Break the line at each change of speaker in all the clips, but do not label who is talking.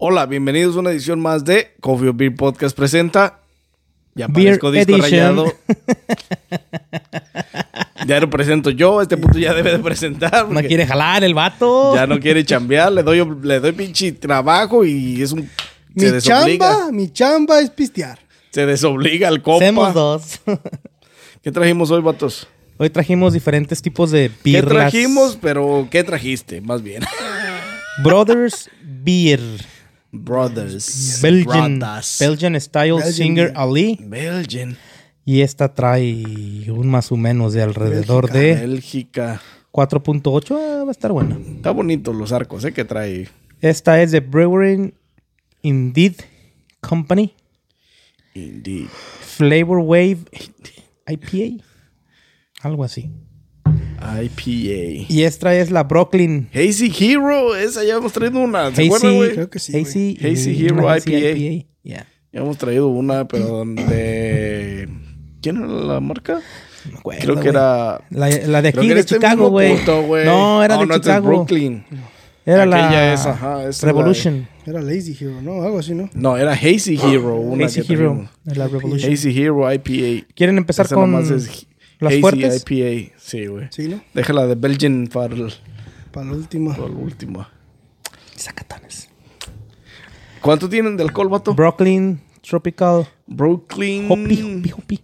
Hola, bienvenidos a una edición más de Coffee or Beer Podcast presenta. Ya
Beer
parezco disco
Edition.
rayado. Ya lo presento yo, este puto ya debe de presentar.
No
porque
quiere jalar el vato.
Ya no quiere chambear, le doy, le doy pinche trabajo y es un... se
Mi
desobliga.
chamba, mi chamba es pistear.
Se desobliga el
Hacemos
compa.
dos.
¿Qué trajimos hoy, vatos?
Hoy trajimos diferentes tipos de
¿Qué
birras.
trajimos? Pero ¿qué trajiste? Más bien.
Brothers Beer.
Brothers.
Belgian,
Brothers.
Belgian Style
Belgian
Singer
beer.
Ali.
Belgian.
Y esta trae un más o menos de alrededor de
Bélgica.
4.8. Ah, va a estar buena.
Está bonito los arcos, ¿eh? Que trae.
Esta es de Brewering Indeed Company.
Indeed.
Flavor Wave IPA. Algo así.
IPA.
Y esta es la Brooklyn
Hazy Hero, esa ya hemos traído una, ¿se acuerdan,
Hazy,
güey?
Creo que sí, güey.
Hazy,
Hazy
y
Hero
una
IPA.
Yeah.
Ya hemos traído una, pero de... ¿Quién era la marca?
No me acuerdo,
Creo que
güey.
era...
La, la de
creo
aquí,
que
de
este
Chicago,
mismo
güey.
puto, güey.
No, era de
no, esta es
Chicago.
Brooklyn.
Era
Aquella
la
es, ajá, esa es la de-
Revolution.
Era Lazy Hero, ¿no? Algo así, ¿no?
No, era Hazy Hero. Una
Hazy
que
Hero.
trajimos.
La Revolution.
Hazy Hero IPA.
¿Quieren empezar
Esa
con
nomás es
las
Hazy
fuertes?
IPA, sí, güey.
Sí, ¿no?
Déjala de Belgian para el,
Para la última.
para el último.
Zacatanes.
¿Cuánto tienen de alcohol, vato?
Brooklyn Tropical
Brooklyn...
Hopi, Hopi, Hopi.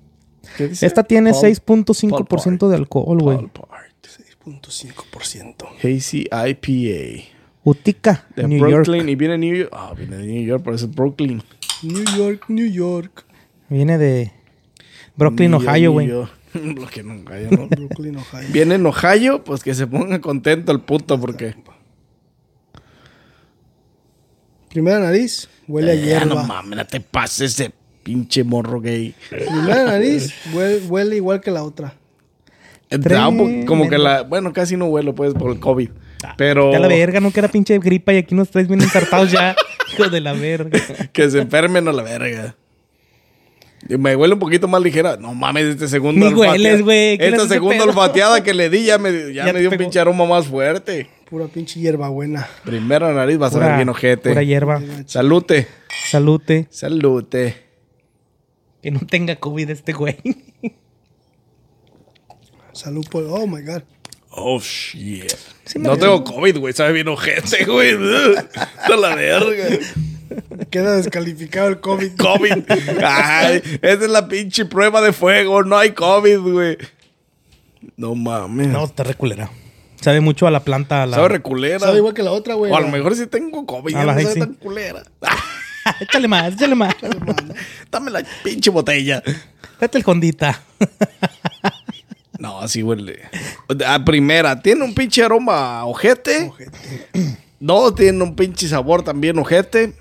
¿Qué dice?
Esta tiene
Paul-
6.5% de alcohol, güey.
Paul Part.
6.5%.
Hazy IPA.
Utica,
De
New
Brooklyn
York.
y viene New York. Ah, viene de New York, por eso es Brooklyn.
New York, New York.
Viene de Brooklyn,
New York,
Ohio,
New
güey.
York. Lo que no, Ohio, ¿no?
Brooklyn, Ohio.
viene en Ohio, pues que se ponga contento el puto, porque.
Primera nariz, huele a
Eh, Ya no
hierba.
mames, no te pases ese pinche morro gay.
Eh.
Primera nariz, huele, huele igual que la otra.
Da un po- Como que
Tremendo. Ah,
la. Bueno, casi no vuelo, pues, por el COVID. Pero
Ya la verga, no que era pinche gripa y aquí nos traes bien ensartados ya. Hijo de la verga.
que se enfermen a la verga. Y Me huele un poquito más ligera. No mames, este segundo.
Ni hueles, güey. ¿Qué le
Esta
haces ese
segunda
pedo?
olfateada que le di ya me, ya
Ya
me
te
dio un
pegó.
pinche aroma más fuerte.
Pura pinche hierba buena.
Primera nariz vas a ver bien ojete.
pura hierba.
Salute.
Salute.
Salute.
Que no tenga COVID este güey.
Salud por. Oh my god.
Oh, shit. no tengo COVID, güey. Sabe bien ojete, güey. Está la verga.
Queda descalificado el COVID.
COVID. Ay, esa es la pinche prueba de fuego. No hay COVID, güey. No mames.
No, está reculera. Sabe mucho a la planta. A la...
Sabe reculera.
Sabe igual que la otra, güey.
O a
La-
lo mejor sí tengo COVID.
A
Ya no
Ah, la
sabe
Hexi.
tan culera.
échale más, échale más.
Dame la pinche botella.
Date el condita.
No, así huele. A primera, tiene un pinche aroma a ojete. No, tiene un pinche sabor también ojete.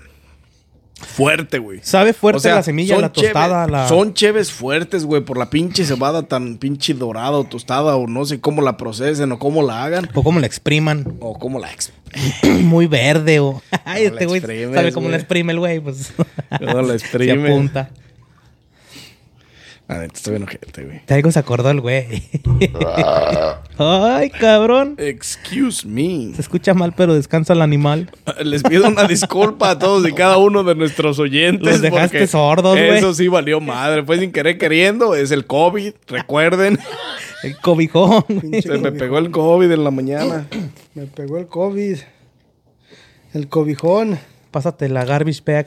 Fuerte, güey.
Sabe fuerte
O sea,
la semilla,
son
la tostada,
cheves-
la...
Son cheves fuertes, güey, por la pinche cebada tan pinche dorada o tostada o no sé cómo la procesen o cómo la hagan
O como la expriman.
o cómo la ex-
Muy verde o... Ay,
Cómo la
este güey
exprimes,
sabe cómo la
güey.
exprime el güey, pues...
Cómo la
Se
exprimes.
apunta.
La neta, está bien ojete, güey.
De algo se acordó el güey. Ay, cabrón.
Excuse me.
Se escucha mal, pero descansa el animal.
Les pido una disculpa a todos y cada uno de nuestros oyentes.
Los dejaste
porque
sordos, güey.
Eso sí valió madre. Fue sin querer queriendo. Es el COVID, recuerden.
El cobijón. güey.
Pinche
Se me
COVID.
pegó el COVID en la mañana.
Me pegó el COVID. El cobijón.
Pásate la garbage bag.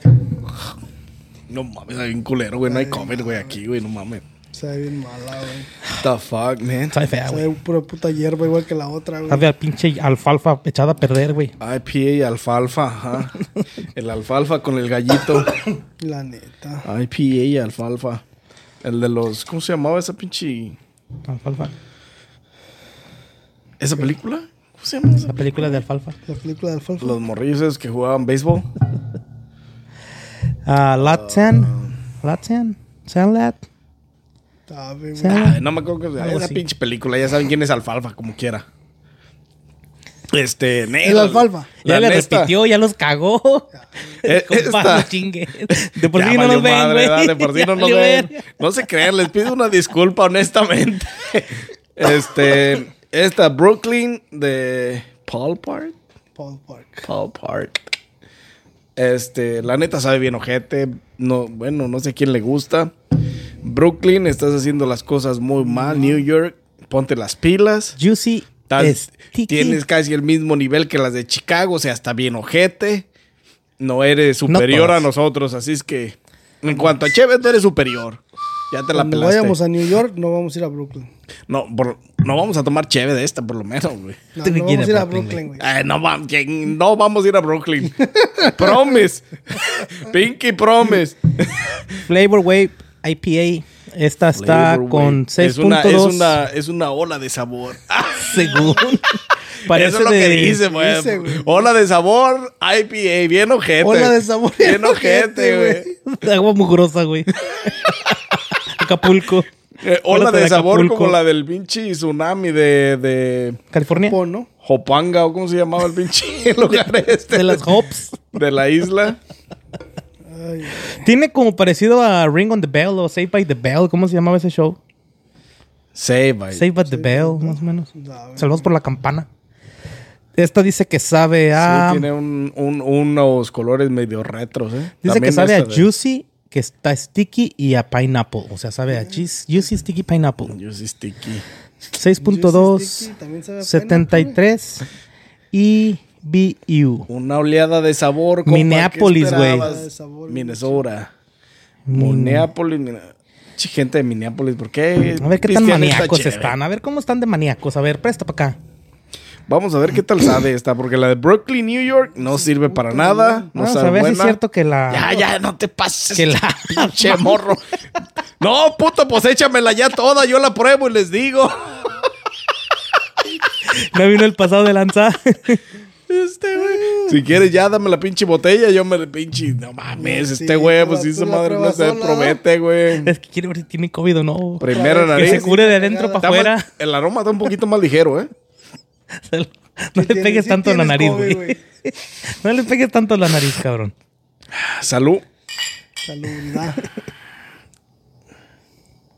No mames, hay un culero, güey. No hay COVID, güey, aquí, güey. No mames.
Sabe bien mala, güey.
the fuck, man?
Sabe fea, güey.
Sabe pura puta hierba igual que la otra, güey.
Sabe a pinche alfalfa echada a perder, güey.
IPA y alfalfa, ajá. El alfalfa con el gallito.
La neta.
IPA y alfalfa. El de los. ¿Cómo se llamaba esa pinche.
Alfalfa.
¿Esa película? ¿Cómo se llama esa?
La película de alfalfa.
La película de Alfalfa.
Los morrillos esos que jugaban béisbol.
Ah, Latsan. Latsan. Sanlat.
Sabe, güey.
Sanlat.
Ay, no me acuerdo que
Algo
esa
así.
pinche película, ya saben quién es Alfalfa, como quiera. Este, negro.
El Alfalfa.
Ya
La
le
neta.
repitió, ya los cagó.
Eh,
Compa,
esta-
no chingue. De por
Ya
sí no
valió
nos ven,
madre, ¿verdad?
güey.
De por sí
Ya
no nos
valió
ven.
verga.
No se crean, les pido una disculpa, honestamente. Este, esta Brooklyn de Paul Park.
Paul Park.
Paul Park. Este, la neta sabe bien ojete. No, bueno, no sé a quién le gusta. Brooklyn, estás haciendo las cosas muy mal. New York, ponte las pilas.
Juicy.
Estás-
Sticky.
tienes casi el mismo nivel que las de Chicago, o sea, está bien ojete. No eres superior a
todas.
nosotros, así es que en cuanto a Chévez, no eres superior. Ya te la
Cuando
pelaste.
vayamos a New York, no vamos a ir a Brooklyn.
No, por- no vamos a tomar Cheve de esta, por lo menos, güey.
¿Tú
No,
qué
no vamos
quieres,
a ir a
Brooklyn,
Brooklyn, güey.
Ay, no, vam- que- no vamos a ir a Brooklyn. promise. Pinky Promise.
Flavor Wave IPA. Esta está
Flavor,
con
güey. Es una,
6.2
es, una, es una ola de sabor.
según. Parece
Eso es lo
de-
que dice,
dice,
güey.
güey.
Ola de sabor, IPA, bien ojete.
Ola de sabor,
bien
bien
ojete,
ojete,
güey.
de agua mugrosa, güey. Acapulco.
Eh, ola
Acuérdate
de sabor
Acapulco.
como la del pinche tsunami de, de
California.
Pono.
Hopanga o cómo se llamaba el pinche lugar este.
De las hops.
de la isla.
Ay,
Tiene como parecido a Ring on the Bell o Save by the Bell. ¿Cómo se llamaba ese show?
Save, by-
Save by the Bell, más o menos.
sabe.
Salvados por la campana. Esta dice que sabe
Sí,
a.
tiene un- un- unos colores medio retros, ¿eh?
dice que
También
sabe a
esta de-
Juicy, que está sticky y a pineapple. O sea, sabe a cheese, Juicy Sticky Pineapple.
Juicy Sticky.
Juicy
6.2,
Sticky también sabe a
73 y BU.
Una oleada de sabor. compa, ¿qué
Minneapolis, güey.
esperabas?
De sabor,
Minnesota. Minneapolis. Minne- Che, Gente de Minneapolis, ¿por qué?
A ver qué
pistean
tan
esta
maníacos
chévere?
están. A ver cómo están de maníacos. A ver, presta para acá.
Vamos a ver qué tal sabe esta, porque la de Brooklyn, New York, no sirve para nada. No
Vamos
sabe
a ver si
buena.
Ah, es cierto que la.
Ya, ya, no te pases.
Que la-
Pinche morro. No, puto, pues échamela ya toda. Yo la pruebo y les digo.
No vino el pasado de lanza.
Este, güey. Si quieres, ya dame la pinche botella. Yo me la pinche. No mames,
Sí,
este güey,
tú
pues
la-
sí,
tú
esa
la
madre no
pruebas
se
sola.
promete, güey.
es que quiere ver si tiene COVID o no.
Primera
Otra
Que
vez,
nariz.
se cure de adentro
Está
para
Está más-
afuera.
el aroma está un poquito más ligero, ¿eh?
No
Sí
le
tienes-
pegues
sí
tanto a la
tienes
nariz,
COVID,
güey. No le pegues tanto a la nariz, cabrón.
Salud.
Salud, nah.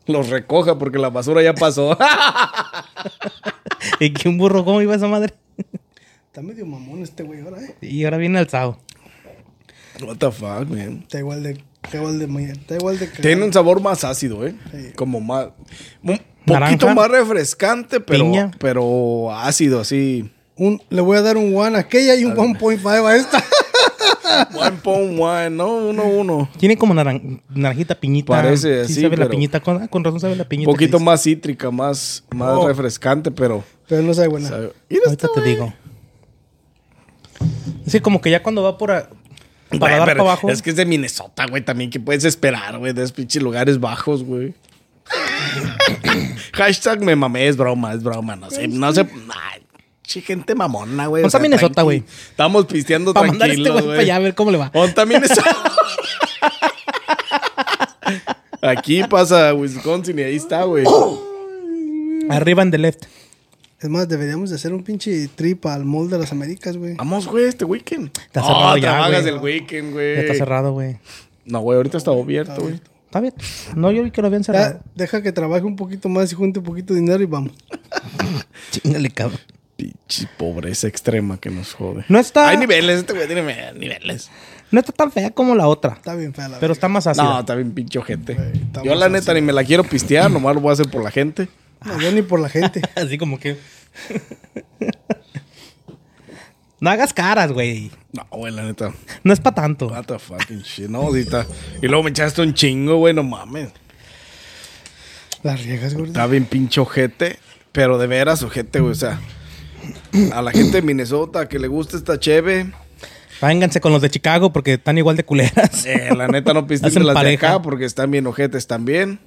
Los recoja porque la basura ya pasó.
¿Y que un burro cómo iba esa madre?
Está medio mamón este güey ahora, eh.
Y ahora viene alzado.
What the fuck, man.
Está igual de. Está igual de. maya- Está igual de. cagado.
Tiene un sabor más ácido, ¿eh?
Sí.
Como más. Un
Naranja.
poquito más refrescante, pero,
Piña.
pero ácido, así.
Un- le voy a dar un one a aquella y un 1.5 a esta.
One pon one, ¿no? Uno, uno.
Tiene como naran- naranjita piñita.
Parece
Sí
así,
sabe la
pero-
piñita. Con, ah, con razón sabe la
Un
piñita. que
poquito
dice.
más cítrica, más, más
Oh.
refrescante, pero.
Pero no sabe buena.
sabe- Mira
Ahorita
esta,
te
güey.
digo. Sí, como que ya cuando va por a-
Güey,
para dar
pero
para abajo.
Es que es de Minnesota, güey, también. ¿Qué puedes esperar, güey? De esos pinches lugares bajos, güey. Hashtag me mamé, es broma, es broma. No sé, no sé. ay, che, gente mamona, güey.
Vamos a Minnesota,
tranqui-
güey.
Estamos pisteando
para mandar a este
tranquilos,
güey para allá a
güey.
ver cómo le va.
Ponte a Minnesota. Aquí pasa a Wisconsin y ahí está, güey.
Arriba en the left.
Es más, deberíamos de hacer un pinche trip al Mall de las Américas, güey.
Ah,
Vamos, güey, este weekend.
Está cerrado ya,
trabajas
güey.
el weekend,
Ya está
güey.
cerrado, güey.
No, güey, ahorita está abierto, güey.
Está bien. No, yo vi que lo habían
Ya,
cerrado.
deja que trabaje un poquito más y junte un poquito de dinero y vamos.
Chingale, cabrón.
Pinche pobreza extrema que nos jode.
No está,
Hay niveles, este güey tiene me- niveles.
no está tan fea como la otra,
Está bien fea la
pero
verga.
está más ácida.
No, está bien pinche ojete.
estamos
Yo la neta ni me la quiero pistear, nomás lo voy a hacer por la gente.
No, yo ni por la gente.
Así como que. no hagas caras, güey.
No, güey, la neta.
No es para tanto.
What the fucking shit. No, sí está. Y luego me echaste un chingo, güey, no mames.
Las riegas, güey.
Está bien pinche ojete, pero de veras ojete, güey. O sea, a la gente de Minnesota que le gusta esta cheve,
Vénganse con los de Chicago porque están igual de culeras.
eh, la neta no pisten de
Hacen
las
pareja.
de acá porque están bien ojetes también.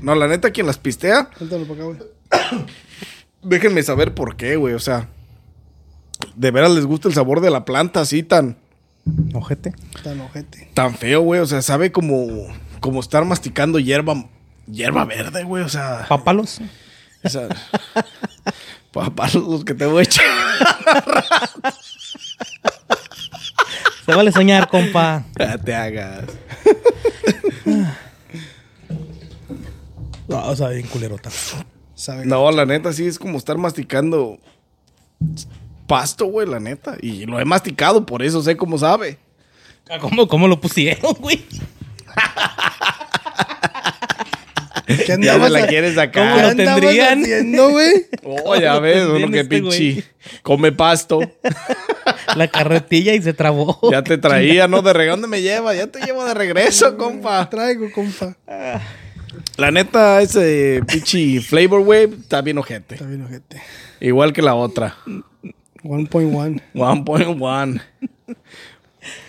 No, la neta, quien las pistea,
Cuéntalo para acá, güey.
déjenme saber por qué, güey. O sea, de veras les gusta el sabor de la planta así tan, pues.
Ojete.
Tan ojete.
tan feo, güey. O sea, sabe como, como estar masticando hierba, hierba verde, güey. O sea,
Papalos.
esa- papá, los que te voy a echar.
Se vale soñar, compa.
Ah, te hagas.
No, o sea, bien culerota.
Sabe.
No, la neta sí es como estar masticando pasto, güey, la neta. Y lo he masticado, por eso sé cómo sabe.
Ah, ¿Cómo, cómo lo pusieron, güey?
¿Qué
Ya me
andabas
la
a-
quieres
¿Cómo
sacar.
lo
¿Qué andabas
tendrían?
haciendo, güey?
Oh, ya
¿Cómo
ves,
lo
uno que
tendrían este
pinche come pasto.
La carretilla y se trabó.
Ya te traía, ¿no? De regreso, ¿dónde me lleva? Ya te llevo de regreso, compa.
Traigo, compa.
La neta, ese pinche Flavor Wave está bien ojete.
Está bien ojete.
Igual que la otra.
1.1.
1.1.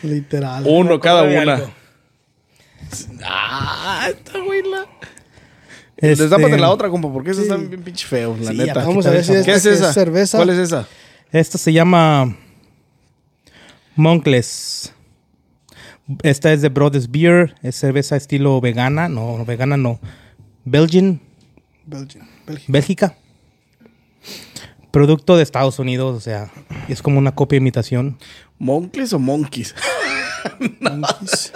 Literal.
Uno cada
de
una.
algo.
Ah, esta güey la...
Este,
Destápate la otra, compa, porque esas están bien pinche feos, la
Sí,
neta.
aparte
Vamos a ver si
¿Qué
esta
¿Qué es
que
esa?
cerveza.
¿Cuál es esa?
Esta se llama Monkles. Esta es de Brothers Beer. Es cerveza estilo vegana. No, vegana no. Belgian,
Belgium. Bélgica.
Bélgica. Producto de Estados Unidos, o sea, es como una copia imitación.
¿Moncles o monkeys?
Monkeys.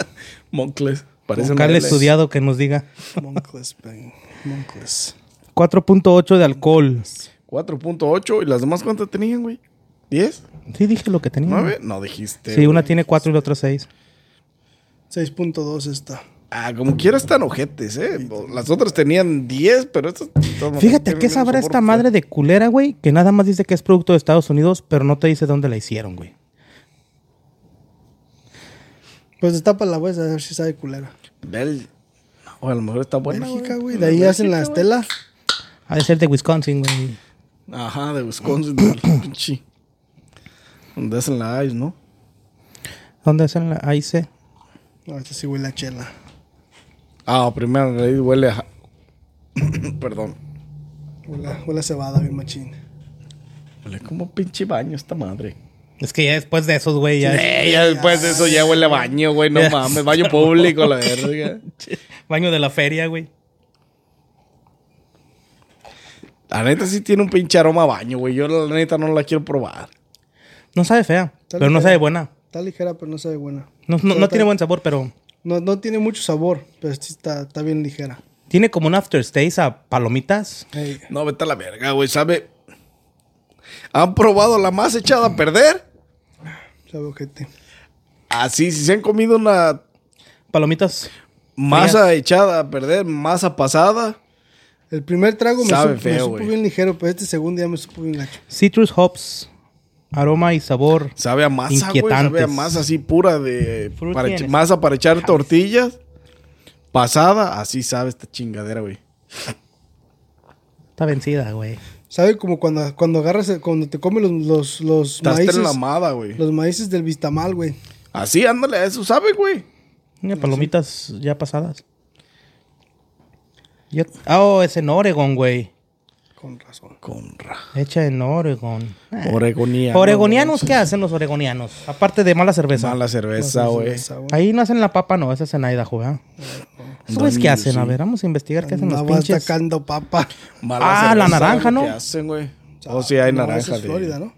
Moncles. Parece
Vocal estudiado que nos diga.
Monkeys. bang. Monkeys.
4.8 de alcohol.
4.8. ¿Y las demás cuántas tenían, güey? ¿10?
Sí, dije lo que tenía.
¿9? No dijiste.
Mm. Sí, una
güey.
tiene 4 y la otra 6.
6.2 esta.
Ah, como quiera están ojetes, ¿eh? Las otras tenían 10, pero estas. todas
Fíjate,
tienen
¿qué
el
sabrá
sabor
esta
feo.
madre de culera, güey? Que nada más dice que es producto de Estados Unidos, pero no te dice dónde la hicieron, güey.
Pues destapa la huesa a ver si sabe culera.
Del... O a lo mejor está buena.
Bélgica, güey. De ahí hacen la
Bélgica,
estela.
Ha de ser de Wisconsin, güey.
güey. Ajá, de Wisconsin. del pinche. Donde hacen la ice, ¿no?
¿Dónde hacen la AIC?
No, esta sí huele a chela.
Ah, primero la ice huele a. Perdón.
Huele, a- huele a cebada, bien machín.
Huele como pinche baño esta madre.
Es que ya después de esos, güey, ya es
Eh, ya después de eso ya huele a baño, güey. No
Ya.
mames, baño público, la verga.
baño de la feria, güey.
La neta sí tiene un pinche aroma a baño, güey. Yo la neta no la quiero probar.
No sabe fea,
Está
pero no
ligera.
sabe buena.
Está ligera, pero no sabe buena.
No, no- no tiene buen sabor, pero
No, no tiene mucho sabor, pero sí está, está bien ligera.
tiene como un aftertaste a palomitas.
Ey,
No, vete a la verga, güey. ¿Sabe? ¿Han probado la más echada a perder?
sabe ojete.
Así, si se han comido una
Palomitas.
masa echada a perder, masa pasada.
El primer trago me,
Sabe
supo,
feo,
me supo
güey.
bien ligero, pero este segundo ya me supo bien gacho.
Citrus hops. Aroma y sabor.
Sabe a masa, güey. Sabe a
Inquietantes.
masa así pura de...
Fruity
para
and
echa- masa para echar tortillas. Pasada, así sabe esta chingadera, güey.
Está vencida, güey.
Sabe como cuando, cuando agarras, el- cuando te comes los, los, los
Estás
maíces.
lamada, güey.
Los maíces del vistamal, güey.
Así, ándale, a eso sabe, güey.
Mira, palomitas ya pasadas. Yo- ah, oh, es en Oregon, güey.
Con razón.
Conra.
Hecha en Oregon. Ah.
Oregoniano.
¿Oregonianos qué hacen los oregonianos? Aparte de mala cerveza.
Mala cerveza, güey.
Esa, güey.
Ahí no hacen la papa, no. Esa es en Idaho, ¿verdad? ¿Eso es qué hacen? A
2005.
ver, vamos a investigar qué hacen los
Andaba
pinches.
atacando papa.
Malas
Ah, la
cervezas,
naranja,
lo que
¿no?
hacen, güey. Oh, sí, hay
No, esa
naranja.
es
de-
Florida, ¿no?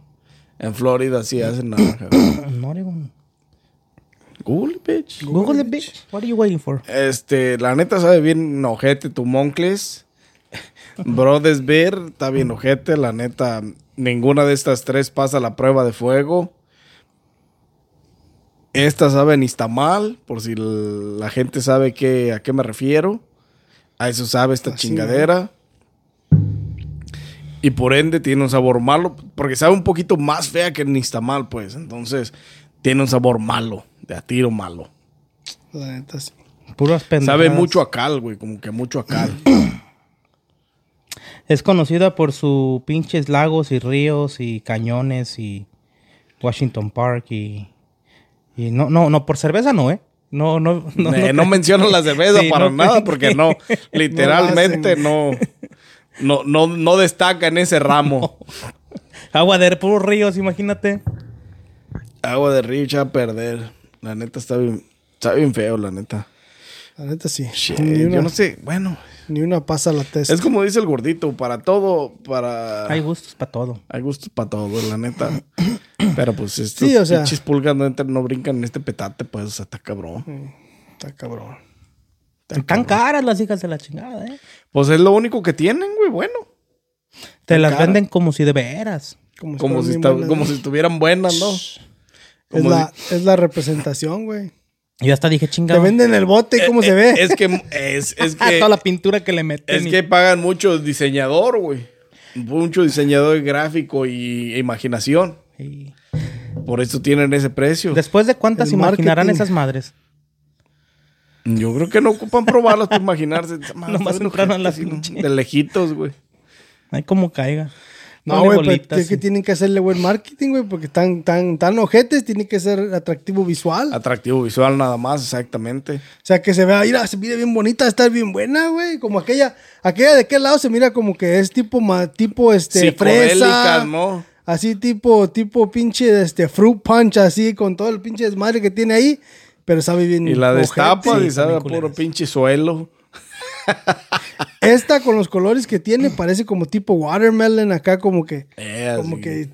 En Florida sí hacen naranja. güey.
En Oregon.
Google, bitch.
Google it, bitch. What are you waiting for?
Este, la neta sabe bien ojete tu Moncles. Brothers Beer está bien ojete, la neta. Ninguna de estas tres pasa la prueba de fuego. Esta sabe ni está mal, por si l- la gente sabe que, a qué me refiero. A eso sabe esta
Así,
chingadera. Y por ende tiene un sabor malo, porque sabe un poquito más fea que el Nistamal, pues. Entonces, tiene un sabor malo, de a tiro malo.
La neta, sí.
Puras pendejadas.
Sabe mucho a cal, güey, como que mucho a cal.
Es conocida por sus pinches lagos y ríos y cañones y Washington Park y... y no, no, no, por cerveza no, ¿eh? No, no, no.
Eh, No,
no-
menciono la cerveza
Sí,
para
no
nada
creo
porque
que-
no, literalmente no, no, no, no destaca en ese ramo.
Agua de puros ríos, imagínate.
Agua de Rich a perder. La neta está bien, está bien feo, la neta.
La neta, sí.
Shit,
ni, una,
yo no sé, bueno.
ni una pasa la testa.
Es como dice el gordito, para todo, para...
Hay gustos para todo.
Hay gustos para todo, la neta. Pero pues estos
Sí, o sea.
pinches pulgas no, entran, no brincan en este petate, pues o sea, está cabrón.
Está cabrón.
Están caras las hijas de la chingada, ¿eh?
Pues es lo único que tienen, güey, bueno.
Te las
caras.
venden como si de veras.
Como,
Como
están
si,
bien
esta-
buenas,
como
¿no?
si estuvieran buenas, ¿no?
es,
como
la, es la representación, güey.
Yo hasta dije,
Te
chingada.
venden el bote, ¿cómo se ve?
Eh, Es que es, es
Ah,
que
toda la pintura que le meten.
es
y-
que pagan mucho diseñador, güey. Mucho diseñador gráfico y imaginación.
y-
Por eso tienen ese precio.
Después de cuántas
El
imaginarán
marketing.
esas madres.
Yo creo que no ocupan probarlas para imaginarse. Esa madre
Nomás
está bien
entraron
ojete,
las
sí, ¿no?
pinches.
De lejitos, güey.
Ay, como caiga.
No,
Ponle
güey, pues, pero
bolitas
es que
y-
tienen que hacerle buen marketing, güey, porque tan, tan, tan ojetes, tiene que ser atractivo visual.
Atractivo visual nada más, exactamente.
o sea, que se vea, mira, se mira bien bonita, está bien buena, güey. Como aquella, aquella de qué lado se mira como que es tipo, ma- tipo, este, fresa.
Psicodélicas, ¿no?
Así tipo, tipo pinche, este, fruit punch, así, con todo el pinche desmadre que tiene ahí. Pero sabe bien.
Y la
Mm, ojete.
destapa y sabe a
también
puro
culeras.
pinche suelo.
Esta con los colores que tiene parece como tipo watermelon acá, como que,
Eh,
como
así.
que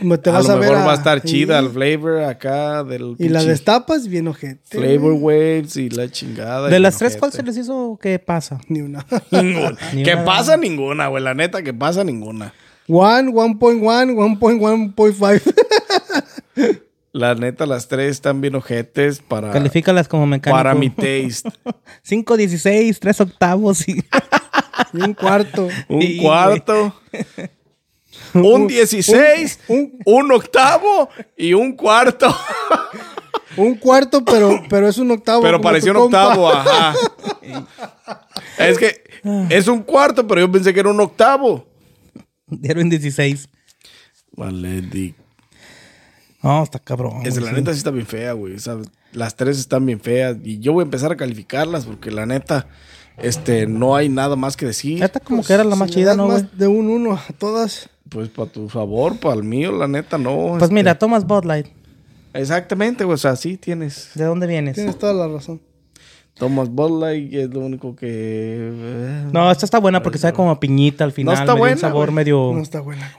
me- te
a
vas
lo
a ver
mejor va a estar
sí.
chida el flavor acá del
Y la
pinche
destapas bien ojete. güey.
flavor waves y la chingada.
De
y
las
el
tres, ¿cuál
ojete.
se les hizo que pasa?
Ni una.
Ninguna.
Ni
que
una.
pasa ninguna, güey. La neta, que pasa ninguna.
One, 1.1, 1.1.5.
La neta, las tres están bien ojetes para,
Califícalas como mecánico.
Ah, para mi taste.
5, 16, 3 octavos y...
y un cuarto.
Un
Sí, güey.
cuarto. Un 16, un,
un-
octavo y un cuarto.
Un cuarto, pero, pero es un octavo.
Pero
como
pareció un
tu compa.
octavo, ah. ajá. Es que es un cuarto, pero yo pensé que era un octavo.
Dieron 16.
Vale, di-
No, está cabrón.
Es,
güey,
la
sí.
neta sí está bien fea, güey. Esa- las tres están bien feas. Y yo voy a empezar a calificarlas porque la neta, este, no hay nada más que decir.
Esta como que era la más
Si le
chida,
das
¿no, güey?
más de un uno a todas.
Pues para tu favor, para el mío, la neta, no.
Pues
este,
mira, tomas Bud Light.
Exactamente, güey. O sea, sí tienes.
¿De dónde vienes?
Tienes toda la razón.
Tomas Bud Light y es lo único que. eh,
No, esta está buena porque sabe como a piñita al final.
está
medio un
buena,
sabor
güey.
medio...
No está buena.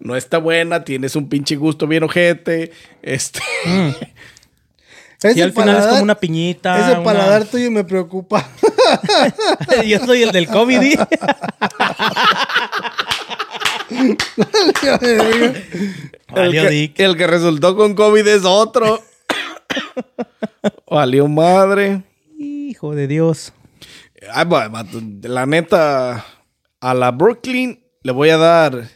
No está buena, tienes un pinche gusto bien ojete. Este.
Mm,
Ese
y al final es
paladar-
como una piñita.
Ese
una-
paladar tuyo me preocupa.
Yo soy el del COVID. ¿eh? ¿y?
el,
Valió
que,
dick.
el que resultó con COVID es otro. Valió madre.
Hijo de Dios.
Ay, va- va- Ah, la neta, a la Brooklyn le voy a dar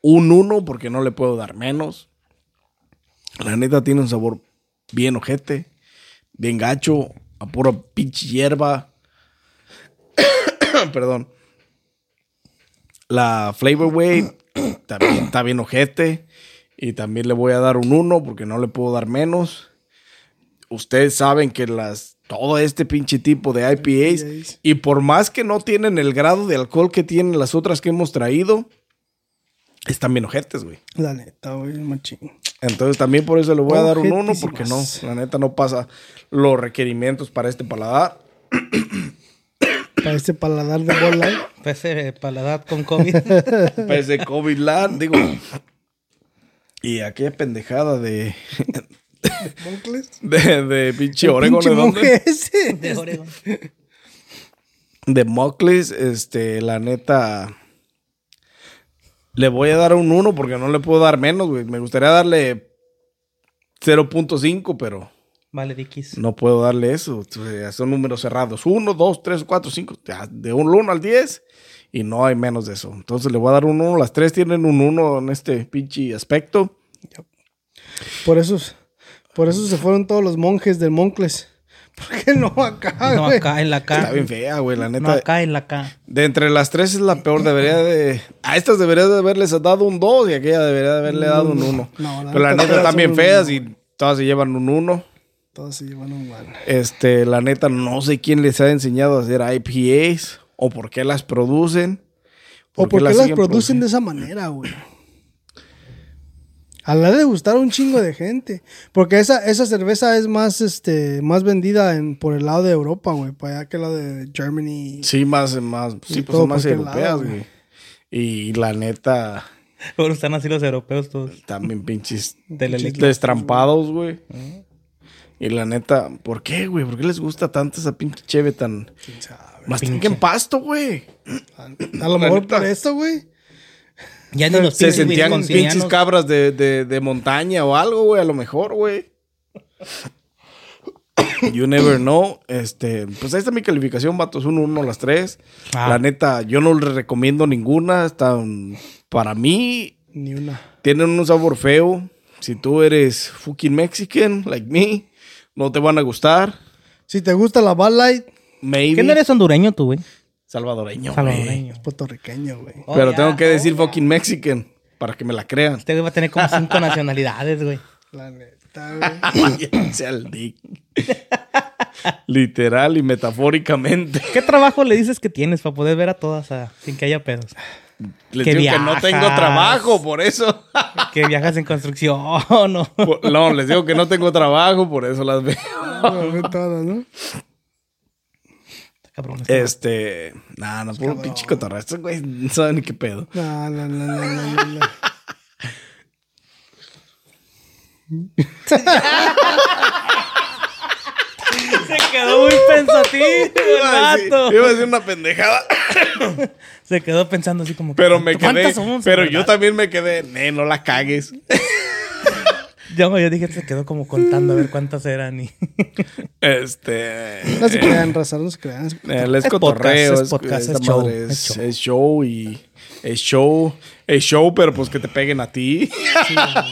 un 1 porque no le puedo dar menos. La neta tiene un sabor bien ojete, bien gacho, a pura pinche hierba. Perdón. La Flavor Wave también está bien ojete. Y también le voy a dar un 1 porque no le puedo dar menos ustedes saben que las todo este pinche tipo de IPAs,
IPAs.
y por más que no tienen el grado de alcohol que tienen las otras que hemos traído, Están bien ojetes, güey.
La neta, güey, machín.
Entonces también por eso le voy a dar un 1 porque no,
Ojetísimas.
la neta no pasa los requerimientos para este paladar.
Para este paladar de bola. ¿eh?
Pese eh, para la edad con COVID. Este,
Pese pues, COVID land, digo. Y aquella pendejada de de, de pinche Oregon,
Pinche
¿de dónde?
monje ese.
De Oregon.
de Mocles, este, la neta. Le voy a dar un 1 porque no le puedo dar menos, güey. Me gustaría darle 0.5, pero
Valeriquis.
no puedo darle eso. O sea, Son números cerrados. 1, 2, 3, 4, 5. De un 1 al 10 y no hay menos de eso. Entonces le voy a dar un 1. Las tres tienen un 1 en este pinche aspecto.
Por eso, por eso se fueron todos los monjes del Moncles. ¿Por qué no acá,
No
Ah, güey?
acá, en la
Está
K.
bien fea, güey, la
No
neta.
acá, en la K.
De entre las tres es la peor. Debería de. A estas debería de haberles dado un 2 y aquella debería de haberle dado un 1.
No, la
Pero la
neta,
neta están
son
bien
un
feas
uno,
y todas se llevan un 1.
Todos se llevan un mal.
Este, la neta, no sé quién les ha enseñado a hacer IPAs o por qué las producen.
¿O por qué las,
siguen
producen
produciendo.
de esa manera, güey? A la de gustar a un chingo de gente. Porque esa, esa cerveza es más, este, más vendida en, por el lado de Europa, güey. Para allá que la de Germany.
Sí, más, más,
Y
sí, pues
todo
son más
por aquel
europeas,
lado,
güey.
güey.
Y la neta,
Ahora están así los europeos todos.
también pinches
De la
pinches
electricidad,
destrampados, güey. Y la neta, ¿por qué, güey? ¿Por qué les gusta tanto esa pinche cheve tan... Mastiquen pasto, güey.
A lo mejor por eso, güey.
Ya ni los
Se
pinches
sentían pinches
wisconsinianos.
cabras de, de- de montaña o algo, güey, a lo mejor, güey. You never know. Este, pues ahí está mi calificación, vatos, un 1 las tres.
Ah.
La neta, yo no les recomiendo ninguna. Están, para mí,
Ni una.
tienen un sabor feo. Si tú eres fucking Mexican, like me, no te van a gustar.
Si te gusta la Bad Light,
Maybe.
¿Quién eres hondureño tú, güey?
Salvadoreño. güey.
Salvadoreño.
es puertorriqueño, güey.
Oh,
Pero
ya.
tengo que decir fucking Mexican para que me la crean.
Este güey va a tener como cinco nacionalidades, güey.
La neta, güey.
Váyanse al dick. Literal y metafóricamente.
¿Qué trabajo le dices que tienes para poder ver a todas ah, sin que haya pedos?
Les
Que
digo que no
viajas.
tengo trabajo, por eso.
Que viajas en construcción, no.
Por- No, les digo que no tengo trabajo, por eso las veo.
Bueno, todo, ¿no?
Cabrón, este güey.
Este. Nah, no, puro pinche cotorra. Estos güey no saben ni qué pedo.
No, no, no, no, no, no, no.
Se quedó muy pensativo
Iba a
el
decir-
vato.
iba a decir una pendejada,
Se quedó pensando así como... que,
pero me quedé.
¿cuántas somos,
Pero
verdad?
yo también me quedé. "Ne, no la cagues.
Yo, yo dije, se quedó como contando a ver cuántas eran y...
Este.
No se crean, raza, no se crean.
El es,
Es
cotorreo,
podcast, es
es,
podcast,
esta
es show,
madre
es show.
es show y es show, es show, pero pues que te peguen a ti.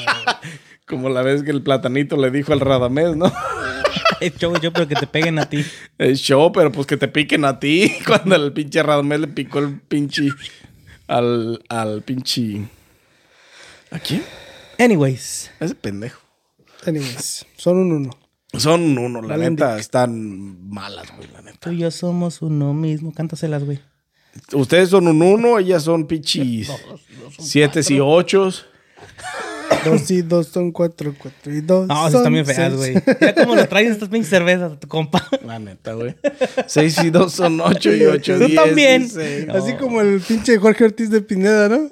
Como la vez que el platanito le dijo al Radamés, ¿no?
El show yo, pero que te peguen a ti.
Es show, pero pues que te piquen a ti. Cuando el pinche Radamés le picó el pinche al, al pinche ¿A quién?
Anyways.
A Ese pendejo.
Anyways, son un uno.
Son uno, la
Valen
neta, están malas, güey, la neta.
Tú y yo somos uno mismo. Cántaselas, güey.
Ustedes son un uno, ellas son pinches siete y ochos.
Dos y dos son cuatro, cuatro y dos.
No, sí
son
están bien feas,
seis.
güey. Ya como lo traes estas pinches cervezas a tu compa.
La neta, güey. 6 y 2 son 8 y 8
Tú
diez,
también.
dice.
No.
Así como el pinche Jorge Ortiz de Pineda, ¿no?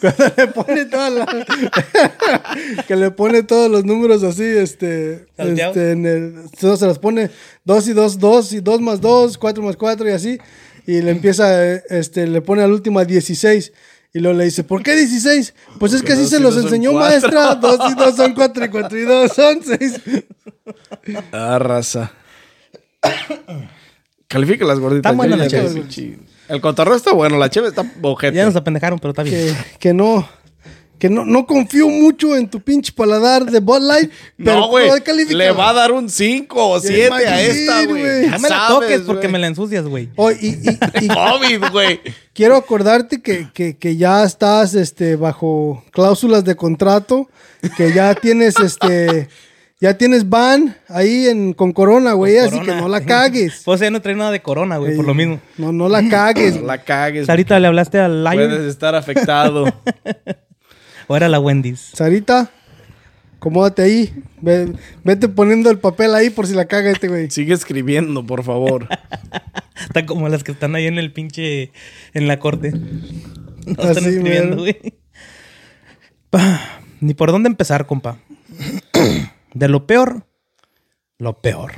Cuando le pone toda la. que le pone todos los números así, este.
¿Salteados?
este en el, todo se los pone dos y dos, dos y dos más dos, cuatro más cuatro y así. Y le empieza, eh, este, le pone al último a 16. Y luego le dice, ¿por qué 16? Pues es que así
dos
se
y
los
dos son
enseñó
cuatro.
maestra. Dos y dos son cuatro y cuatro y dos son seis.
Ah, raza. Califica las gorditas.
Están buenas
yo
las
ya
cheves,
vi, chi- El cotorreo está bueno, la cheve está
Ya
bojete.
nos apendejaron, pero está bien.
que, que no. Que no, no confío mucho en tu pinche paladar de Bud Light. Pero
No, güey.
¿cuál califica?
Le va a dar un 5 o 7 a
imagín,
esta, güey.
güey.
Ya
No me la
sabes,
toques porque
güey.
me la ensucias, güey.
Oh, y, y- y
Oh.
COVID, güey.
quiero acordarte que, que- que ya estás este, bajo cláusulas de contrato, que ya tienes este ya tienes ban ahí en, con corona, güey, así que
Corona.
no la cagues.
Pues ya no trae nada de corona, güey, por lo mismo.
No, no la cagues.
No la cagues.
Ahorita le hablaste al Lion.
Puedes estar afectado.
O era la Wendy's.
Sarita, acomódate ahí. Ve- vete poniendo el papel ahí por si la caga este güey.
Sigue escribiendo, por favor.
Está como las que están ahí en el pinche. en la corte. No están
Así,
escribiendo,
mero.
güey. Pa, Ni por dónde empezar, compa. De lo peor, lo peor.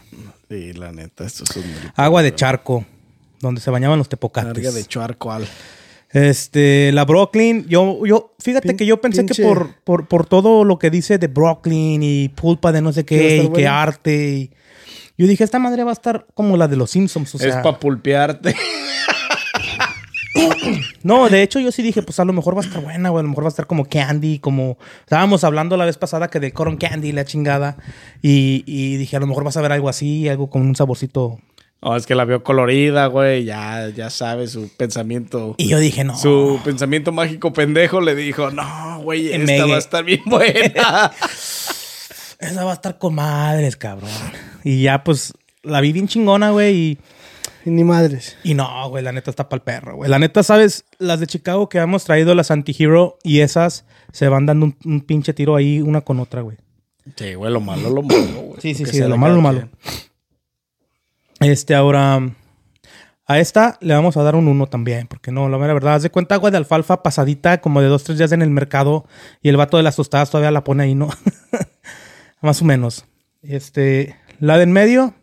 Sí, la neta, esto es un
Agua de charco, donde se bañaban los
carga de
tepocates.
charco al.
Este, la Brooklyn, yo, yo, fíjate
Pin-
que yo pensé
pinche-
que por, por, por todo lo que dice de Brooklyn y pulpa de no sé
Iba a
qué
estar
y qué
bueno.
arte y- Yo dije, esta madre va a estar como la de los Simpsons, o
Es
sea...
para pulpearte.
No, de hecho yo sí dije, pues a lo mejor va a estar buena, güey, a lo mejor va a estar como Candy, como estábamos hablando la vez pasada que de Coron Candy, la chingada, y, y dije, a lo mejor vas a ver algo así, algo con un saborcito.
No, es que la vio colorida, güey. Ya, ya sabe su pensamiento.
Y yo dije, no.
Su pensamiento mágico pendejo le dijo, no, güey, esta
Megue.
va a estar bien buena.
Esa va a estar con madres, cabrón. Y ya, pues, la vi bien chingona, güey. Y,
Y ni madres.
y no, güey, la neta está pa'l perro, güey. La neta, ¿sabes? Las de Chicago que hemos traído, las anti-hero y esas se van dando un, un pinche tiro ahí una con otra, güey.
sí, güey, lo malo, lo malo, güey.
Sí, sí,
Que
sí,
sea
de lo
de
malo, lo
cada
malo. Este, ahora. A esta le vamos a dar un 1 también, porque no, la mera verdad, haz de cuenta agua de alfalfa pasadita como de 2, 3 días en el mercado y el vato de las tostadas todavía la pone ahí, ¿no? Más o menos. Este, la de en medio.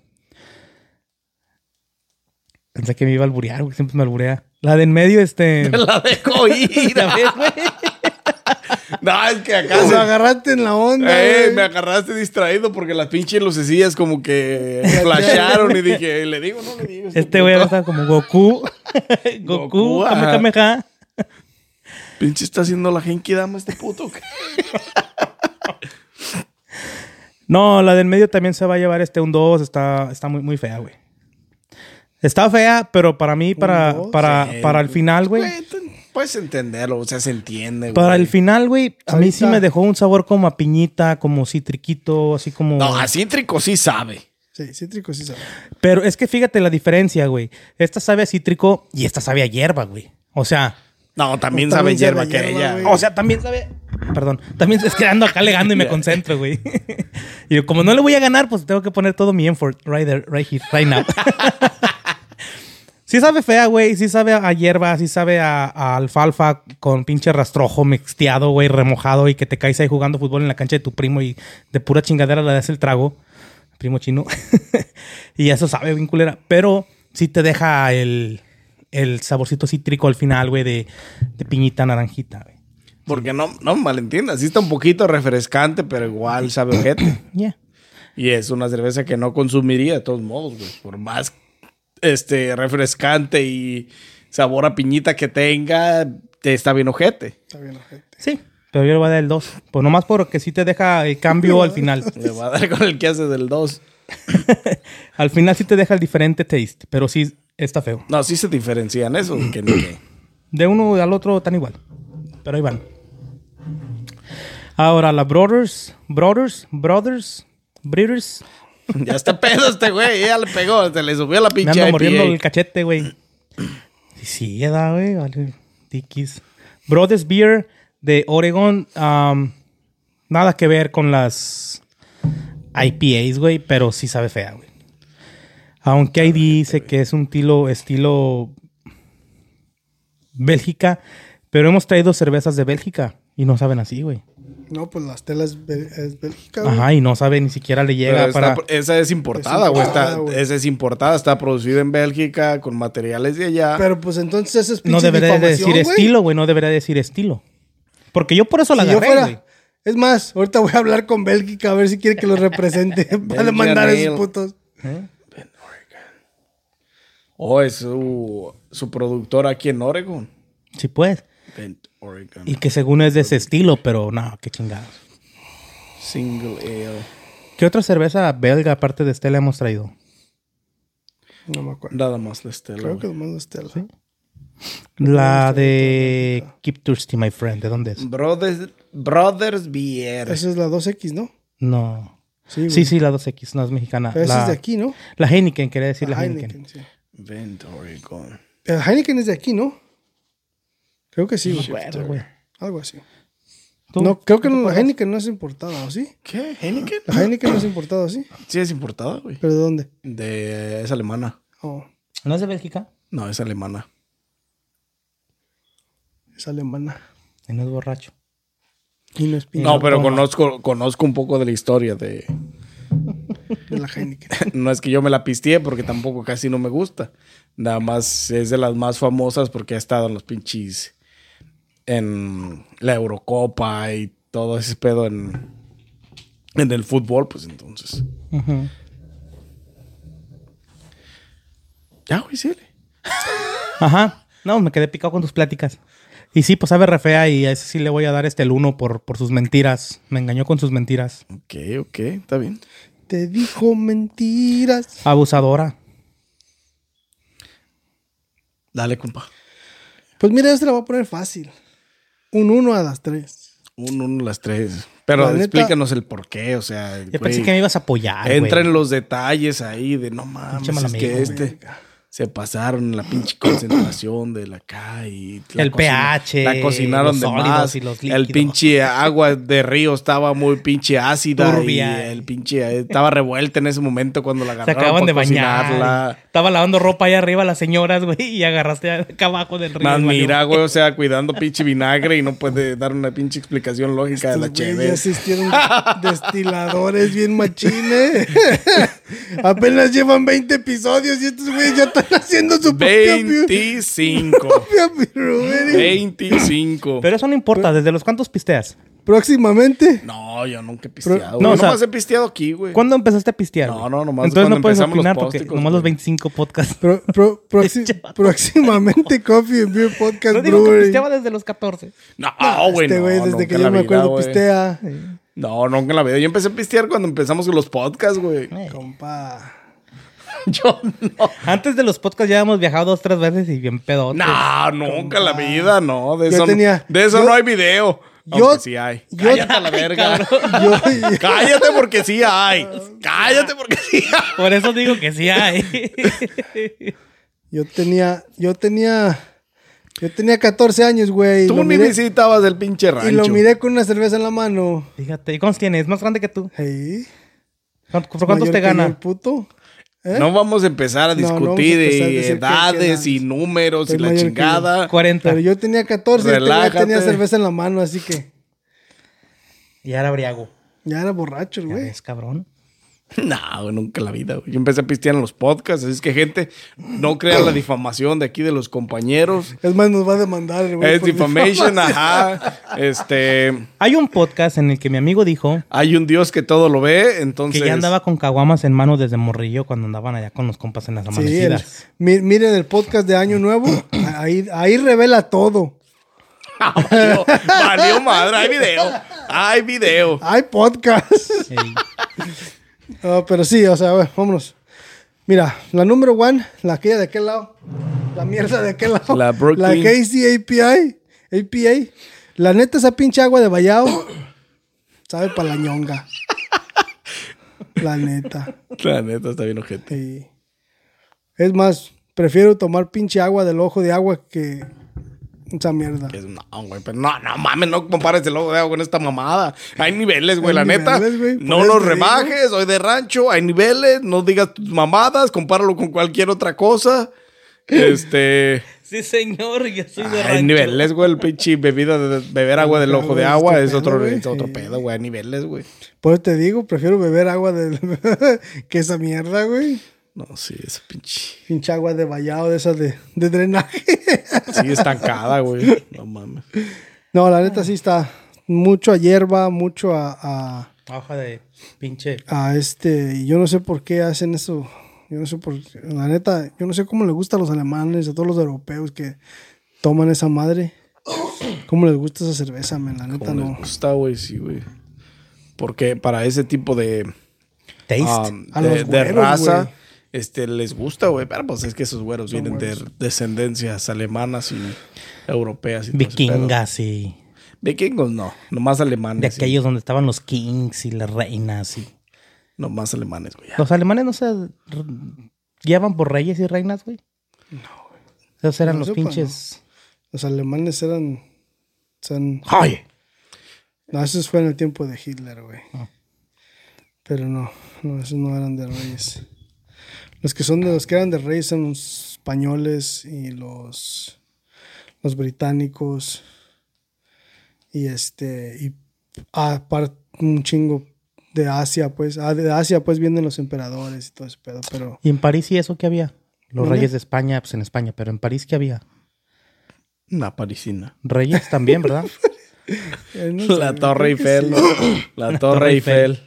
Pensé que me iba a alburear, güey, siempre me alburea. La de en medio, este.
La dejó ir.
A ver, güey.
no, es que acá
Lo
se-
agarraste en la onda.
Eh,
güey.
me agarraste distraído porque las pinches lucecillas como que flasharon y dije, le digo, no le digo.
Este güey va a estar como Goku. Goku,
Goku, ajá.
Kamehameha.
Pinche está haciendo la Genki Dama este puto.
No, la del medio también se va a llevar este un 2. Está, está muy, muy fea, güey. Está fea, pero para mí, para,
dos?
para,
Sí.
para el final, güey.
Güey, tú Puedes entenderlo, o sea, se entiende.
Para
güey.
el final, güey, a mí sí
Ahorita.
me dejó un sabor como a piñita, como citriquito, así como...
No, ah. a cítrico sí sabe.
Sí, cítrico sí sabe.
Pero es que fíjate la diferencia, güey. Esta sabe a cítrico y esta sabe a hierba, güey. O sea...
No, también
No,
sabe
también
hierba
sabe
que
hierba,
ella.
güey.
O sea, también sabe... Perdón, también es que ando acá legando y me concentro, güey. y yo, como no le voy a ganar, pues tengo que poner todo mi effort right there, right here, right now. Sí sabe fea, güey. Sí sabe a hierba, sí sabe a, a alfalfa con pinche rastrojo mixteado, güey, remojado y que te caes ahí jugando fútbol en la cancha de tu primo y de pura chingadera le das el trago. Primo chino. y eso sabe bien culera. Pero sí te deja el, el saborcito cítrico al final, güey, de, de piñita naranjita, güey.
Porque no, no me malentiendas, sí está un poquito refrescante, pero igual sabe ojete.
Yeah.
Y es una cerveza que no consumiría de todos modos, güey. Por más este, refrescante y sabor a piñita que tenga, te está bien ojete.
Está bien, ojete.
Sí, pero yo le voy a dar el 2. Pues nomás porque sí te deja el cambio al final.
Le va a dar con el que hace del 2.
Al final sí te deja el diferente taste, pero sí está feo.
No, sí se diferencian eso. Que ni qué.
De uno al otro tan igual. Pero ahí van. Ahora, la Brothers, Brothers, Brothers, Breeders.
Ya está pedo este güey, ya le pegó, se le subió la
Me
pinche
ando mordiendo
IPA.
el cachete, güey. Sí, Sí, edad, güey. Vale, tiquis. Brothers Beer de Oregon. um, nada que ver con las IPAs, güey, pero sí sabe fea, güey. Aunque ahí dice que es un estilo, estilo Bélgica, pero hemos traído cervezas de Bélgica y no saben así, güey.
No, pues las telas be- es Bélgica, güey.
Ajá, y no sabe, ni siquiera le
Pero
llega
está
para...
pro- esa es importada,
Es
güey.
importada,
está-
güey.
Esa es importada, está producida en Bélgica con materiales de allá.
Pero pues entonces ese es
No
pinche
debería de
difamación,
decir
güey.
estilo, güey, no debería decir estilo. Porque yo por eso la
Si yo
agarré,
fuera.
güey.
Es más, ahorita voy a hablar con Bélgica a ver si quiere que lo represente para
Belgian
mandar a
Ale.
esos putos.
Oh, es su, su productor aquí en Oregon.
Sí, pues.
Bent, Oregon.
Y que según es de ese estilo, pero no, qué chingados.
Single Ale.
¿Qué otra cerveza belga aparte de Stella hemos traído?
No me acuerdo.
Nada más la estela.
Creo que
güey.
es más de Estela.
La de Keep Thirsty, my friend. ¿De dónde es?
Brothers, Brothers Beer.
Esa es la 2X, ¿no?
No.
Sí,
Sí, sí, la 2X, no es mexicana.
Pero esa
la,
es de aquí, ¿no?
La Heineken, quería decir la,
Ah,
Heineken.
sí.
Bent, Oregon.
Pero Heineken es de aquí, ¿no? Creo que sí, güey.
Bueno, güey.
Algo así.
tú?
No, creo que la Heineken no es importada, ¿o sí?
¿Qué? ¿Heineken?
La Heineken no es importada, ¿o sí?
Sí, es importada, güey.
¿Pero de dónde?
De... Es alemana.
Oh,
¿No es de Bélgica?
No, es alemana.
es alemana.
Y no es borracho.
Y no es pinche
No, pero conozco, conozco un poco de la historia de...
de la Heineken.
No es que yo me la pisteé porque tampoco casi no me gusta. Nada más es de las más famosas porque ha estado en los pinches... En la Eurocopa y todo ese pedo en... En el fútbol, pues entonces... Ya, güey, sí.
Ajá. No, me quedé picado con tus pláticas. Y sí, pues sabe re fea y a ese sí le voy a dar este el uno por, por sus mentiras. Me engañó con sus mentiras.
Ok, ok, está bien.
Te dijo mentiras.
Abusadora.
Dale, compa.
Pues mira, este la voy a poner fácil. Un 1 a las 3.
Un uno las tres. Pero
La neta-
explícanos el por qué, o sea.
Yo
güey,
pensé que me ibas a apoyar.
Entra
Ah, güey.
en los detalles ahí de no mames,
Pinche mal
es que
amigo,
este. Se pasaron la pinche concentración de la acá y la
El pH,
La cocinaron
los
de
sólidos
más.
y los
el
líquidos.
pinche agua de río estaba muy pinche ácida.
Turbia.
Y el pinche eh, estaba revuelta en ese momento cuando la
Se
agarraron.
acaban
para
de bañar.
cocinarla.
Estaba lavando ropa ahí arriba las señoras, güey, y agarraste acá abajo del río.
Más
y valió.
mira, güey, o sea, cuidando pinche vinagre y no puede dar una pinche explicación lógica de la
Estos güeyes
chévere.
ya asistieron destiladores bien machines. Apenas llevan 20 episodios y estos güeyes ya están haciendo su propia pi-
25.
propia pirubería.
25.
Pero eso no
Pues-
importa, ¿desde los cuantos pisteas?
Próximamente.
No, yo nunca he pisteado.
Pero- no,
No,
o sea-
nomás he pisteado aquí, güey.
¿Cuándo empezaste a pistear?
No,
güey?
no, nomás
Entonces
cuando
no puedes
empezamos los
opinar porque
pósticos,
nomás los
güey.
25 podcasts.
Pro- pro- proxi-
Este vato
próximamente Coffee and Beer Podcast
Pues,
No digo que
Brewery.
pisteaba desde los 14.
No, ah, güey.
este
no,
güey,
nunca
desde que
en la
yo me
vida,
acuerdo,
güey.
pistea.
No, nunca en la vida. Yo empecé a pistear cuando empezamos con los podcasts, güey.
Eh. Compa.
Yo no.
Antes de los podcasts ya hemos viajado dos, tres veces y bien pedo.
No, nunca en la vida, no. De
Yo
eso, no-
tenía-
de eso
yo-
no hay video.
yo-
Aunque sí hay.
yo-
Cállate a la verga.
Yo,
Cállate porque sí hay. Cállate porque sí hay.
Por eso digo que sí hay.
yo tenía, yo tenía, yo tenía 14 años, güey. y
Tú
lo
ni
miré-
visitabas el pinche rancho.
Y lo miré con una cerveza en la mano.
Fíjate, ¿y cuántos tienes? ¿Más grande que tú?
Hey,
¿Cuánto- ¿Por cuántos
mayor
te
que yo, el
gana?
puto. ¿Eh?
No vamos a empezar a
No, no vamos a
discutir de
empezar a decir que-
edades
que
y números y
Soy
la
mayor que yo.
chingada.
40.
Pero yo tenía 14 y este güey
Relájate.
tenía cerveza en la mano, así que
Y ahora briago.
ya era borracho, el
Ya
güey.
ves, cabrón.
No, güey, nunca en la vida. güey. Yo empecé a pistear en los podcasts. Así es que, gente, no crean la difamación de aquí de los compañeros.
Es más, nos va a demandar, el güey.
Es
por
difamation,
difamación.
ajá. Este,
Hay un podcast en el que mi amigo dijo
hay un Dios que todo lo ve,
que
entonces.
ya andaba con caguamas en mano desde morrillo cuando andaban allá con los compas en las
Sí, el-
amanecidas.
mi- miren el podcast de Año Nuevo. Ahí, ahí revela todo.
Valió, valió madre, hay video. Hay video.
Hay podcast.
Ey.
Ah, pero sí, o sea, a ver, vámonos. Mira, la número one, la aquella de aquel lado, la mierda de aquel lado,
La Brooklyn.
la KCAPI, APA. La neta, esa pinche agua de Vallado sabe para la ñonga. La neta.
La neta está bien, ojete.
sí. Es más, prefiero tomar pinche agua del ojo de agua que esa mierda.
Es- No, güey, pero no, no mames, no compares el ojo de agua con esta mamada. Hay niveles, güey,
Hay
la neta.
niveles, güey, por
no
eso
nos
te digo.
rebajes, soy de rancho, hay niveles, no digas tus mamadas, compáralo con cualquier otra cosa. Este.
Sí, señor, yo soy de
hay
rancho.
niveles, güey, el pinche bebida de de- beber agua del ojo de
es
agua
otro
es otro,
pedo, güey.
es otro pedo, güey, hay niveles, güey.
Por eso te digo, prefiero beber agua del que esa mierda, güey.
No, sí, esa pinche.
Pinche agua de vallado, de esas de, de drenaje.
Sí, estancada, güey. No mames.
No, la neta sí está mucho a hierba, mucho a, a,
Hoja de pinche.
a este. y Yo no sé por qué hacen eso. Yo no sé por La neta, yo no sé cómo les gusta a los alemanes, a todos los europeos que toman esa madre. ¿Cómo les gusta esa cerveza, men? La neta
Como les
no.
gusta, güey, sí, güey. Porque para ese tipo de.
Taste.
um,
A
de,
los
de
güeros,
raza.
güey.
Este, les gusta, güey. Pero pues es que esos güeros vienen de descendencias alemanas y europeas. Y todo ese
Vikingas y
pedo. Vikingos no. Nomás alemanes.
de
sí.
aquellos donde estaban los kings y las reinas y.
Nomás alemanes, güey.
Los alemanes no se r- guiaban por reyes y reinas, güey. No, güey. Esos eran
No
los
sepa,
pinches.
Los alemanes eran. eran-
¡Ay!
No, esos fue en el tiempo de Hitler, güey.
Ah.
Pero no, no, esos no eran de reyes. Los que son de los que eran de reyes son los españoles y los los británicos y este y aparte un chingo de Asia, pues, Ah, de Asia pues vienen los emperadores y todo ese pedo, pero
¿Y en París y eso qué había? Los
¿Dónde?
reyes de España, pues en España, pero en París qué había?
Una parisina.
Reyes también, ¿verdad?
eh, no sé,
La Torre
creo que
Eiffel.
sí.
La
Torre
Torre Eiffel.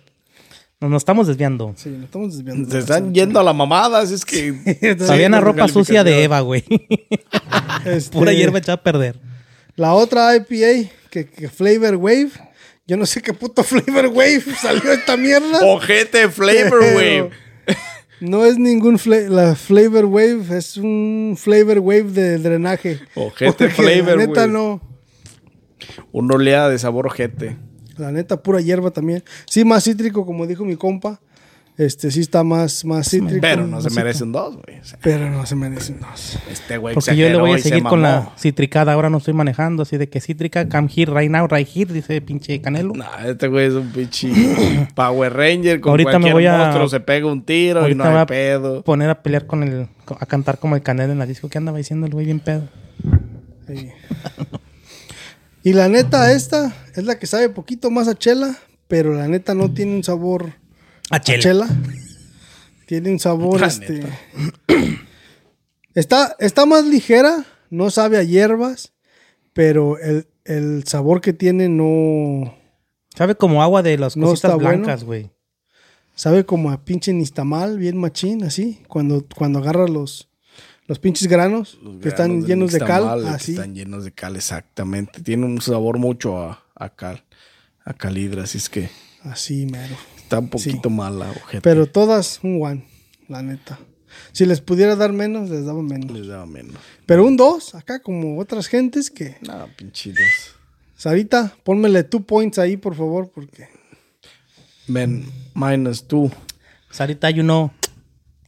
Nos, nos estamos desviando.
Sí, nos estamos desviando.
Se están yendo a la mamada, así es que.
Había una ropa sucia de Eva, güey.
Este,
Pura hierba echada a perder.
La otra IPA, que, que Flavor Wave. Yo no sé qué puto Flavor Wave salió esta mierda.
Ojete Flavor
Pero
Wave.
No es ningún fla- la Flavor Wave, es un Flavor Wave de drenaje.
Ojete
Porque
Flavor
La neta
Wave.
no.
Una oleada de sabor ojete.
La neta, pura hierba también. Sí, más cítrico, como dijo mi compa. Este sí está más, más cítrico.
Pero no se
más-
merecen dos, güey. O sea,
Pero no se merecen dos.
este güey
Porque yo le
exageró
voy a
y se
seguir con
mamó.
la citricada. Ahora no estoy manejando, así de que cítrica, come here, right now, right here, dice pinche Canelo.
Nah, este güey es un pinche Power Ranger. Con
Ahorita me
cualquier
voy a-
monstruo se pega un tiro y no
Ahorita
hay
va a
pedo.
poner a pelear con el. a cantar como el Canelo en la disco que andaba diciendo el güey bien pedo.
Sí. Y la neta, esta es la que sabe poquito más a chela, pero la neta no tiene un sabor
A
a chela. Tiene un sabor,
La
este. Está, está más ligera, no sabe a hierbas, pero el, el sabor que tiene no.
Sabe como agua de las
No
cositas
está bueno.
blancas, güey.
Sabe como a pinche nistamal, bien machín, así. Cuando, cuando agarra los, los pinches granos que están
granos del
llenos de cal,
nixtamal, que
así.
Están llenos de cal, exactamente. Tiene un sabor mucho a, a cal, a calidra, así es que
Así, mero.
está un poquito mala, ojete.
Pero todas un one, la neta. Si les pudiera dar menos, les daba menos.
les daba menos.
Pero un dos, acá como otras gentes que.
Nada, pinchitos.
Sarita, pónmele two points ahí, por favor, porque.
Men, minus tú.
Sarita, you know.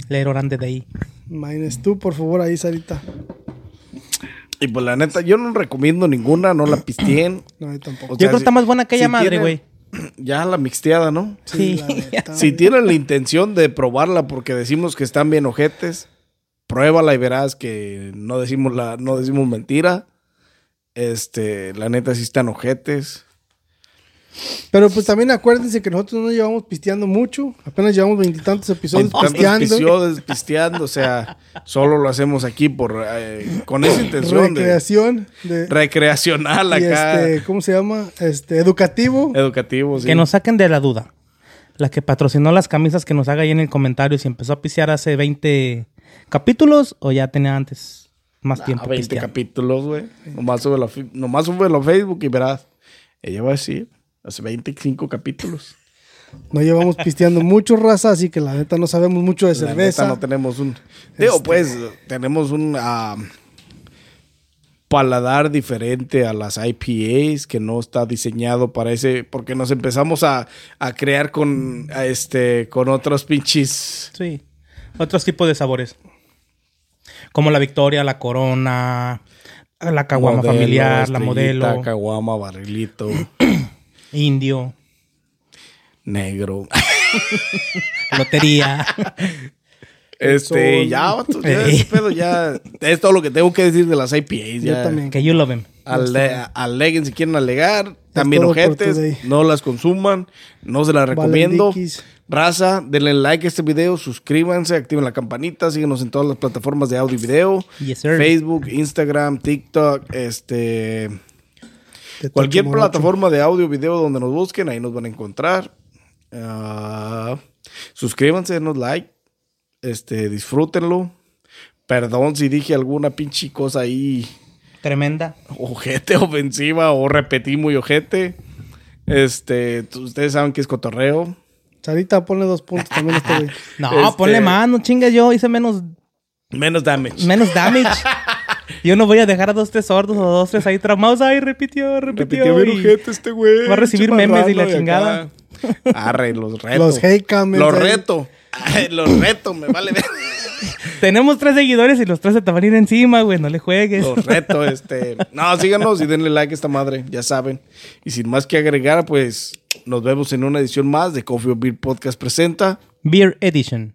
Leer orante de ahí.
Minus tú, por favor, ahí, Sarita.
Y pues la neta, yo no recomiendo ninguna, no la pisteen.
No, yo tampoco.
O
Yo
sea,
creo que
si-
está más buena que ella
si
madre,
tienen-
güey.
Ya la mixteada, ¿no?
Sí,
Sí.
la neta.
Si tienen la intención de probarla porque decimos que están bien ojetes, pruébala y verás que no decimos la, no decimos mentira. Este, la neta sí están ojetes.
Pero pues también acuérdense que nosotros no llevamos pisteando mucho. Apenas llevamos veintitantos episodios
Tantos
pisteando.
episodios pisteando, o sea, solo lo hacemos aquí por eh, con esa intención de
Recreación. De,
recreacional
y
acá,
este, ¿cómo se llama? Este, educativo.
educativo, sí.
Que nos saquen de la duda. La que patrocinó las camisas que nos haga ahí en el comentario si empezó a pisear hace 20 capítulos o ya tenía antes más
Ah,
tiempo
20
pisteando.
capítulos, güey. Nomás sube nomás súbelo a Facebook y verás. Ella va a decir, hace 25 capítulos.
No llevamos pisteando mucho raza, así que la neta no sabemos mucho de
La
cerveza. Este.
neta, no tenemos un. Digo, pues, tenemos un ah, paladar diferente a las IPAs que no está diseñado para ese. Porque nos empezamos a, a crear con a este con otros pinches.
Sí. Otros tipos de sabores. Como la Victoria, la Corona, la Caguama
Modelo,
familiar, la
Estrellita,
Modelo,
Caguama, barrilito,
Indio,
negro.
Lotería.
Este,
Sol.
ya, vato, ya, ese pedo ya. Es todo lo que tengo que decir de las IPAs.
Yo
ya.
también.
que you love him.
Ale- aleguen si quieren alegar. También
todo por today.
ojetes. No las consuman. No se las recomiendo.
Valendiquis.
Raza, denle like a este video. Suscríbanse, activen la campanita. Síguenos en todas las plataformas de audio y video.
Yes, sir.
Facebook, Instagram, TikTok, este...
Te
Cualquier
toco morocho.
plataforma de audio, video donde nos busquen, ahí nos van a encontrar. Ah, suscríbanse, denos like. Este, disfrútenlo. Perdón si dije alguna pinche cosa ahí
Tremenda.
ojete ofensiva o repetí muy ojete. Este, t- ustedes saben que es cotorreo.
Sarita, ponle dos puntos también a este güey.
No,
Este-
ponle más, no chingas yo, hice menos,
Menos damage.
menos damage. yo no voy a dejar a dos, tres sordos o dos, tres ahí traumados. Ay, repitió, repitió.
Repitió bien
y-
ojete este güey.
va a recibir
pinche
memes y la
marrano
chingada.
acá. Arre, los reto.
Los hate comments
Los
ahí.
reto. Ay, Los reto, me vale ver.
Tenemos tres seguidores y los tres se te van a ir encima, güey. No le juegues.
Los reto, este. No, síganos y denle like a esta madre, ya saben. Y sin más que agregar, pues nos vemos en una edición más de Coffee or Beer Podcast presenta.
Beer Edition.